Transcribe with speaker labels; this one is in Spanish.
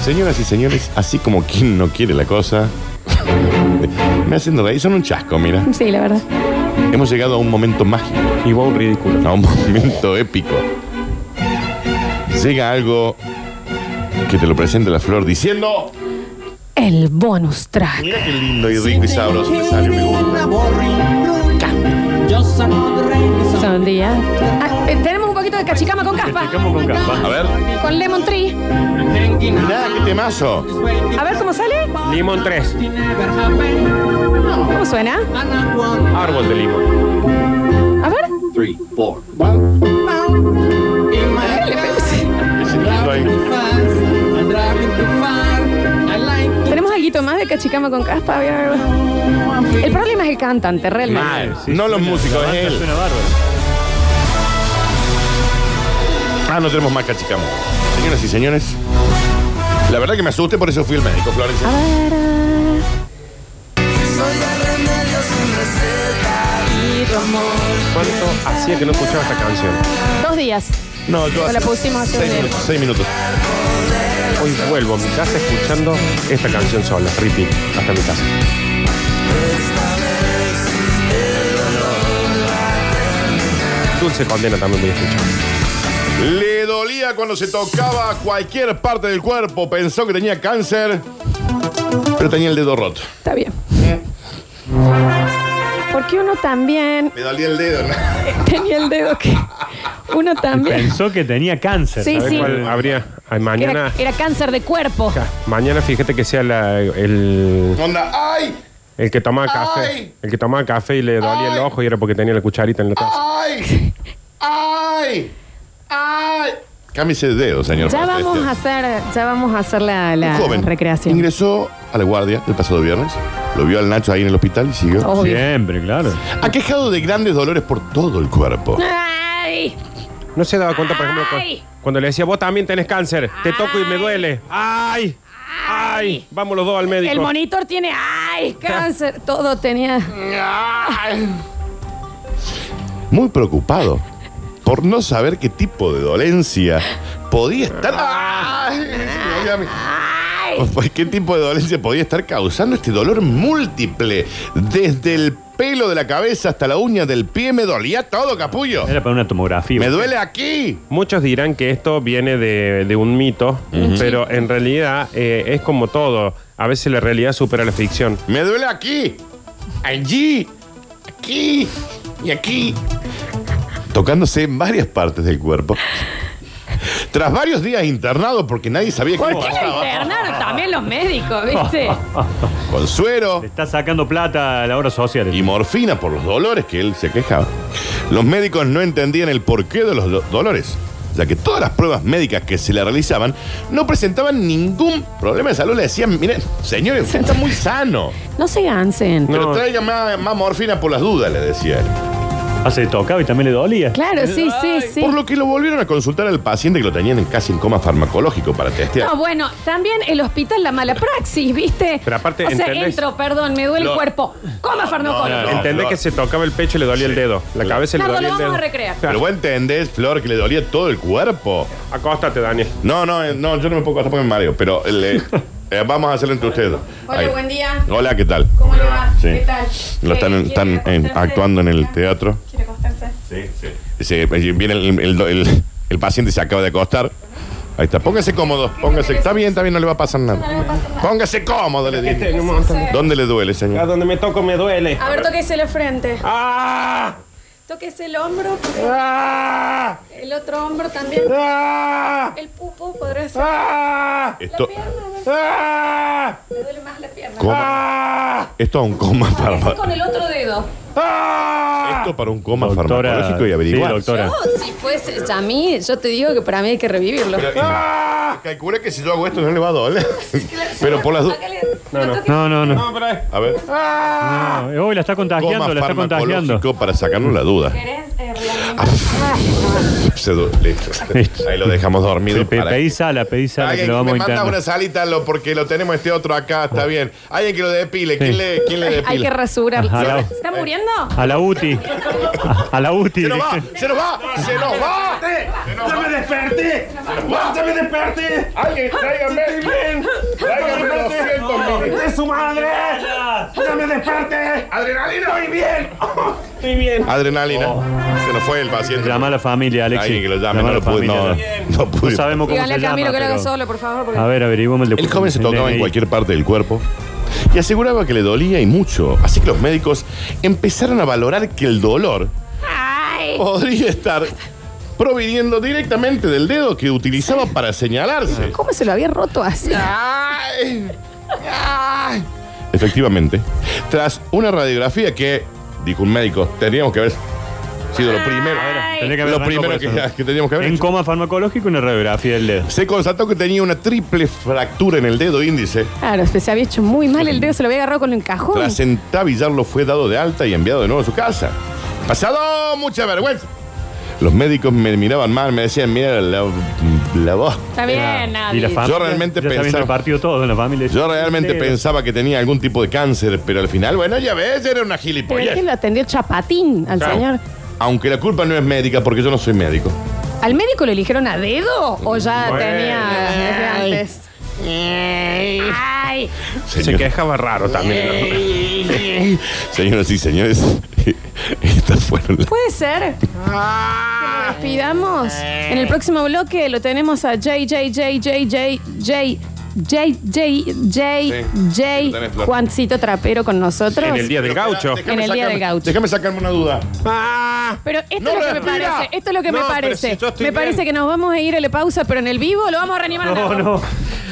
Speaker 1: Señoras y señores, así como quien no quiere la cosa, me hacen ahí son un chasco, mira.
Speaker 2: Sí, la verdad.
Speaker 1: Hemos llegado a un momento mágico,
Speaker 3: Y vos ridículo.
Speaker 1: a un momento épico. Llega algo que te lo presenta la flor diciendo,
Speaker 2: El bonus track.
Speaker 1: mira qué lindo y rico y sabroso me salió, me gusta.
Speaker 2: Son días. Ah, eh, tenemos un poquito de cachicama con caspa.
Speaker 3: Explicamos con
Speaker 1: A
Speaker 3: capa.
Speaker 1: ver,
Speaker 2: Con lemon tree.
Speaker 1: mirá qué temazo.
Speaker 2: A ver cómo sale.
Speaker 3: Limón 3.
Speaker 2: ¿Cómo suena?
Speaker 3: Árbol de limón.
Speaker 2: A ver. pues.
Speaker 1: Ese lindo ahí.
Speaker 2: Tenemos algo más de cachicama con caspa. A ver, a ver. El problema es el cantante, realmente.
Speaker 3: Mal.
Speaker 1: No los músicos,
Speaker 3: la
Speaker 1: es
Speaker 3: banda
Speaker 1: él.
Speaker 3: Suena bárbaro.
Speaker 1: Ah, no tenemos más cachicamo. Señoras y señores, la verdad que me asusté, por eso fui al médico, Florencia.
Speaker 2: A ver. ah.
Speaker 3: ¿Cuánto hacía que no escuchaba esta canción?
Speaker 2: Dos días.
Speaker 1: No, yo
Speaker 2: Pues
Speaker 1: hace
Speaker 2: la pusimos hace
Speaker 1: seis
Speaker 2: un día.
Speaker 1: minutos, seis minutos.
Speaker 3: Hoy vuelvo a mi casa escuchando esta canción sola. Repeat. Hasta mi casa. Dulce condena también voy a escuchar.
Speaker 1: Le dolía cuando se tocaba cualquier parte del cuerpo. Pensó que tenía cáncer, pero tenía el dedo roto.
Speaker 2: Está bien. Porque uno también
Speaker 1: Me dolía el dedo. ¿no?
Speaker 2: tenía el dedo que. Uno también.
Speaker 4: Pensó que tenía cáncer.
Speaker 2: Sí,
Speaker 4: ¿sabes
Speaker 2: sí.
Speaker 4: cuál?
Speaker 3: ¿Cuál habría? Ay, mañana.
Speaker 2: Era, era cáncer de cuerpo.
Speaker 3: Ca- Mañana fíjate que sea la- el,
Speaker 1: Onda, ¡ay!
Speaker 3: el que tomaba café.
Speaker 1: Ay.
Speaker 3: El que tomaba café y le dolía el
Speaker 1: Ay.
Speaker 3: ojo y era porque tenía la cucharita en la taza.
Speaker 1: ¡ay! ¡ay! ¡ay! Cámbiese de dedo, señor.
Speaker 2: Ya vamos a hacer, ya vamos a hacer la, la
Speaker 1: Un joven
Speaker 2: recreación.
Speaker 1: ingresó a la guardia el pasado viernes. Lo vio al Nacho ahí en el hospital y siguió.
Speaker 2: Obvio.
Speaker 4: Siempre, claro.
Speaker 1: Aquejado de grandes dolores por todo el cuerpo.
Speaker 2: Ay,
Speaker 3: No se daba cuenta, por ejemplo, cu-
Speaker 2: Ay.
Speaker 3: cuando le decía, vos también tenés cáncer, te toco y me duele. ¡Ay! ¡Ay! Vamos los dos al médico.
Speaker 2: el monitor tiene ay cáncer. Todo tenía.
Speaker 1: Muy preocupado por no saber qué tipo de dolencia podía estar. ¡Ay! Me dolía a mí. Pues, ¿Qué tipo de dolencia podía estar causando este dolor múltiple? Desde el pelo de la cabeza hasta la uña del pie me dolía todo, capullo.
Speaker 4: Era para una tomografía.
Speaker 1: Me duele aquí.
Speaker 3: Muchos dirán que esto viene de, de un mito, pero en realidad eh, es como todo. A veces la realidad supera la ficción.
Speaker 1: Me duele aquí. Allí. Aquí. Y aquí. Tocándose en varias partes del cuerpo. Tras varios días internado porque nadie sabía
Speaker 2: ¿Por
Speaker 1: qué
Speaker 2: qué lo
Speaker 1: pasaba.
Speaker 2: internaron también los médicos, viste?
Speaker 1: Con suero
Speaker 4: Le está sacando plata a la obra social.
Speaker 1: y morfina por los dolores que él se quejaba. Los médicos no entendían el porqué de los do- dolores, ya que todas las pruebas médicas que se le realizaban no presentaban ningún problema de salud. Le decían, miren, señores, usted está muy sano,
Speaker 2: No se gansen.
Speaker 1: pero
Speaker 3: No.
Speaker 1: traigan más, más morfina por las dudas, le decía él.
Speaker 4: Ah, se tocaba y también le dolía.
Speaker 2: Claro, sí, sí, sí.
Speaker 1: Por lo que lo volvieron a consultar al paciente que lo tenían en casi en coma farmacológico para testear.
Speaker 2: No, bueno, también el hospital la mala praxis, ¿viste?
Speaker 3: Pero aparte,
Speaker 2: o sea,
Speaker 3: ¿entendés?
Speaker 2: entro, perdón, me duele
Speaker 1: Lo-
Speaker 2: el cuerpo. Coma farmacólogo.
Speaker 1: No, no,
Speaker 3: Entendés
Speaker 1: Flor.
Speaker 3: que se tocaba el pecho y le dolía el dedo. La cabeza le
Speaker 2: Nardo,
Speaker 3: dolía
Speaker 2: lo
Speaker 3: el dedo.
Speaker 2: vamos a recrear.
Speaker 1: Pero vos entendés, Flor, que le dolía todo el cuerpo.
Speaker 3: Acóstate, Daniel.
Speaker 1: No, no, eh, no, yo no me puedo acostar porque me mareo, pero le- eh, vamos a hacerlo entre ustedes. dos.
Speaker 2: Hola,
Speaker 1: Ahí.
Speaker 2: buen día.
Speaker 1: Hola, ¿qué tal?
Speaker 2: ¿Cómo le va?
Speaker 1: Sí.
Speaker 2: ¿Qué tal?
Speaker 1: Lo están,
Speaker 2: ¿Quiere
Speaker 1: están, eh,
Speaker 2: acostarse?
Speaker 1: actuando en el teatro.
Speaker 2: ¿Quiere acostarse?
Speaker 1: Sí, sí. eh, viene el, el- el- el paciente se acaba de acostar. Ahí está. Póngase cómodo, póngase. Está bien, está bien, no le va a pasar nada. Póngase cómodo, le
Speaker 3: Este
Speaker 1: digo. ¿Dónde le duele,
Speaker 3: A
Speaker 1: señor?
Speaker 3: donde me toco me duele.
Speaker 2: A ver, tóquese la frente.
Speaker 3: ¡Ah!
Speaker 2: Tóquese el hombro,
Speaker 3: ¡Ah!
Speaker 2: el otro hombro también.
Speaker 3: ¡Ah!
Speaker 2: El pupo podrá ser.
Speaker 3: ¡Ah!
Speaker 2: La
Speaker 1: Esto,
Speaker 2: pierna, a ver,
Speaker 3: ¡Ah!
Speaker 2: me duele más la pierna.
Speaker 1: coma,
Speaker 3: ¡Ah!
Speaker 1: esto a un coma
Speaker 2: Tóquese
Speaker 1: farmacológico.
Speaker 2: con el otro dedo.
Speaker 3: ¡Ah!
Speaker 1: Esto para un coma farmacológico y
Speaker 4: sí,
Speaker 1: averiguar.
Speaker 4: doctora.
Speaker 2: Oh, si fuese a mí, yo te digo que para mí hay que revivirlo.
Speaker 1: Ah, Calcula que si yo hago esto no le va a doler. Pero por las dudas.
Speaker 2: Acá le- lo toque-
Speaker 4: No, no, no.
Speaker 3: No, pero es-
Speaker 1: A ver.
Speaker 4: No, eh, Hoy la está contagiando,
Speaker 1: Coma
Speaker 4: la está contagiando.
Speaker 1: farmacológico para sacarnos la duda.
Speaker 2: ¿Querés, eh,
Speaker 1: Ah, Se du- listo. Ahí lo dejamos dormido.
Speaker 4: Eh, Pe- pe-
Speaker 1: para-
Speaker 4: Pedí sala, pedí sala que
Speaker 1: Alguien
Speaker 4: lo
Speaker 1: que me
Speaker 4: vamos a
Speaker 1: manda una
Speaker 4: internar.
Speaker 1: salita lo- porque lo tenemos este otro acá, está bien. Alguien que lo depile, ¿quién
Speaker 4: Sí.
Speaker 1: le, quién le
Speaker 2: Hay que
Speaker 1: depila?
Speaker 2: rasurar.
Speaker 4: Ajá, la-
Speaker 2: ¿Se está muriendo?
Speaker 4: A la UTI. A, a la UTI.
Speaker 1: ¡Se nos va! ¡Se nos va! ¡Se nos va!
Speaker 5: ¡Ya me desperté! ¡Ya me desperté!
Speaker 1: ¡Alguien, tráigame!
Speaker 3: es su madre! ¡No me desperte!
Speaker 1: ¡Adrenalina!
Speaker 3: ¡Estoy bien! ¡Estoy bien!
Speaker 1: Adrenalina. Se nos fue el paciente.
Speaker 4: Llama a la familia, Alexis.
Speaker 1: Alguien que lo llame,
Speaker 4: Llama
Speaker 1: no
Speaker 4: a
Speaker 1: lo
Speaker 4: la
Speaker 1: pude.
Speaker 4: familia.
Speaker 1: No, no pude.
Speaker 4: No sabemos cómo
Speaker 2: Díganle a
Speaker 4: se llama.
Speaker 2: Camilo que lo haga
Speaker 4: pero-
Speaker 2: solo, por favor. porque-
Speaker 4: A ver, averiguemos el de-
Speaker 1: El joven se
Speaker 4: el
Speaker 1: tocaba en
Speaker 4: DNI.
Speaker 1: cualquier parte del cuerpo y aseguraba que le dolía y mucho. Así que los médicos empezaron a valorar que el dolor
Speaker 2: Ay.
Speaker 1: podría estar proviniendo directamente del dedo que utilizaba para señalarse.
Speaker 2: ¿Cómo se lo había roto así?
Speaker 1: Ay, ay. Efectivamente, tras una radiografía que, dijo un médico, teníamos que haber sido lo primero.
Speaker 4: Tendría que haber
Speaker 1: Lo primero
Speaker 4: arrancado por eso.
Speaker 1: que, que teníamos que haber
Speaker 4: En
Speaker 1: hecho.
Speaker 4: coma farmacológico, una radiografía del dedo.
Speaker 1: Se constató que tenía una triple fractura en el dedo índice.
Speaker 2: Claro, se se había hecho muy mal el dedo, se lo había agarrado con el cajón.
Speaker 1: Tras entabillarlo fue dado de alta y enviado de nuevo a su casa. Pasado mucha vergüenza. Los médicos me miraban mal, me decían, mira la, la voz.
Speaker 2: Está bien,
Speaker 4: Ah, Y
Speaker 2: Eh, nadie.
Speaker 4: la familia.
Speaker 1: realmente
Speaker 4: ya está bien
Speaker 1: pensaba-
Speaker 4: repartido todo en la familia.
Speaker 1: Yo realmente
Speaker 4: Pero-
Speaker 1: pensaba que tenía algún tipo de cáncer, pero al final, bueno, ya ves, era una
Speaker 2: ¿Pero
Speaker 1: gilipollas.
Speaker 2: quién lo atendió Chapatín al
Speaker 1: Claro.
Speaker 2: señor?
Speaker 1: Aunque la culpa no es médica, porque yo no soy médico.
Speaker 2: ¿Al médico lo eligieron a dedo o ya
Speaker 3: Bueno.
Speaker 2: tenía desde antes? Ay.
Speaker 3: Se quejaba raro también. ¿no?
Speaker 1: Señoras y señores, estas fueron las...
Speaker 2: Puede ser. Que nos despidamos. En el próximo bloque lo tenemos a J J J J J J J J J
Speaker 1: Sí, lo
Speaker 2: J
Speaker 1: tenés, Flor.
Speaker 2: Juancito Trapero con nosotros.
Speaker 3: En el día del gaucho.
Speaker 1: Déjame
Speaker 2: En el día
Speaker 1: sacarme-
Speaker 2: del gaucho.
Speaker 1: Déjame sacarme una duda.
Speaker 3: ¡Ah!
Speaker 2: Pero esto
Speaker 1: No
Speaker 2: es lo que me
Speaker 1: respira.
Speaker 2: parece. Esto es lo que
Speaker 1: No,
Speaker 2: me
Speaker 1: pero
Speaker 2: parece.
Speaker 1: si yo
Speaker 2: me
Speaker 1: estoy bien.
Speaker 2: parece que nos vamos a ir a la pausa, pero en el vivo lo vamos a reanimar. a
Speaker 4: No,
Speaker 2: Nardo.
Speaker 4: no.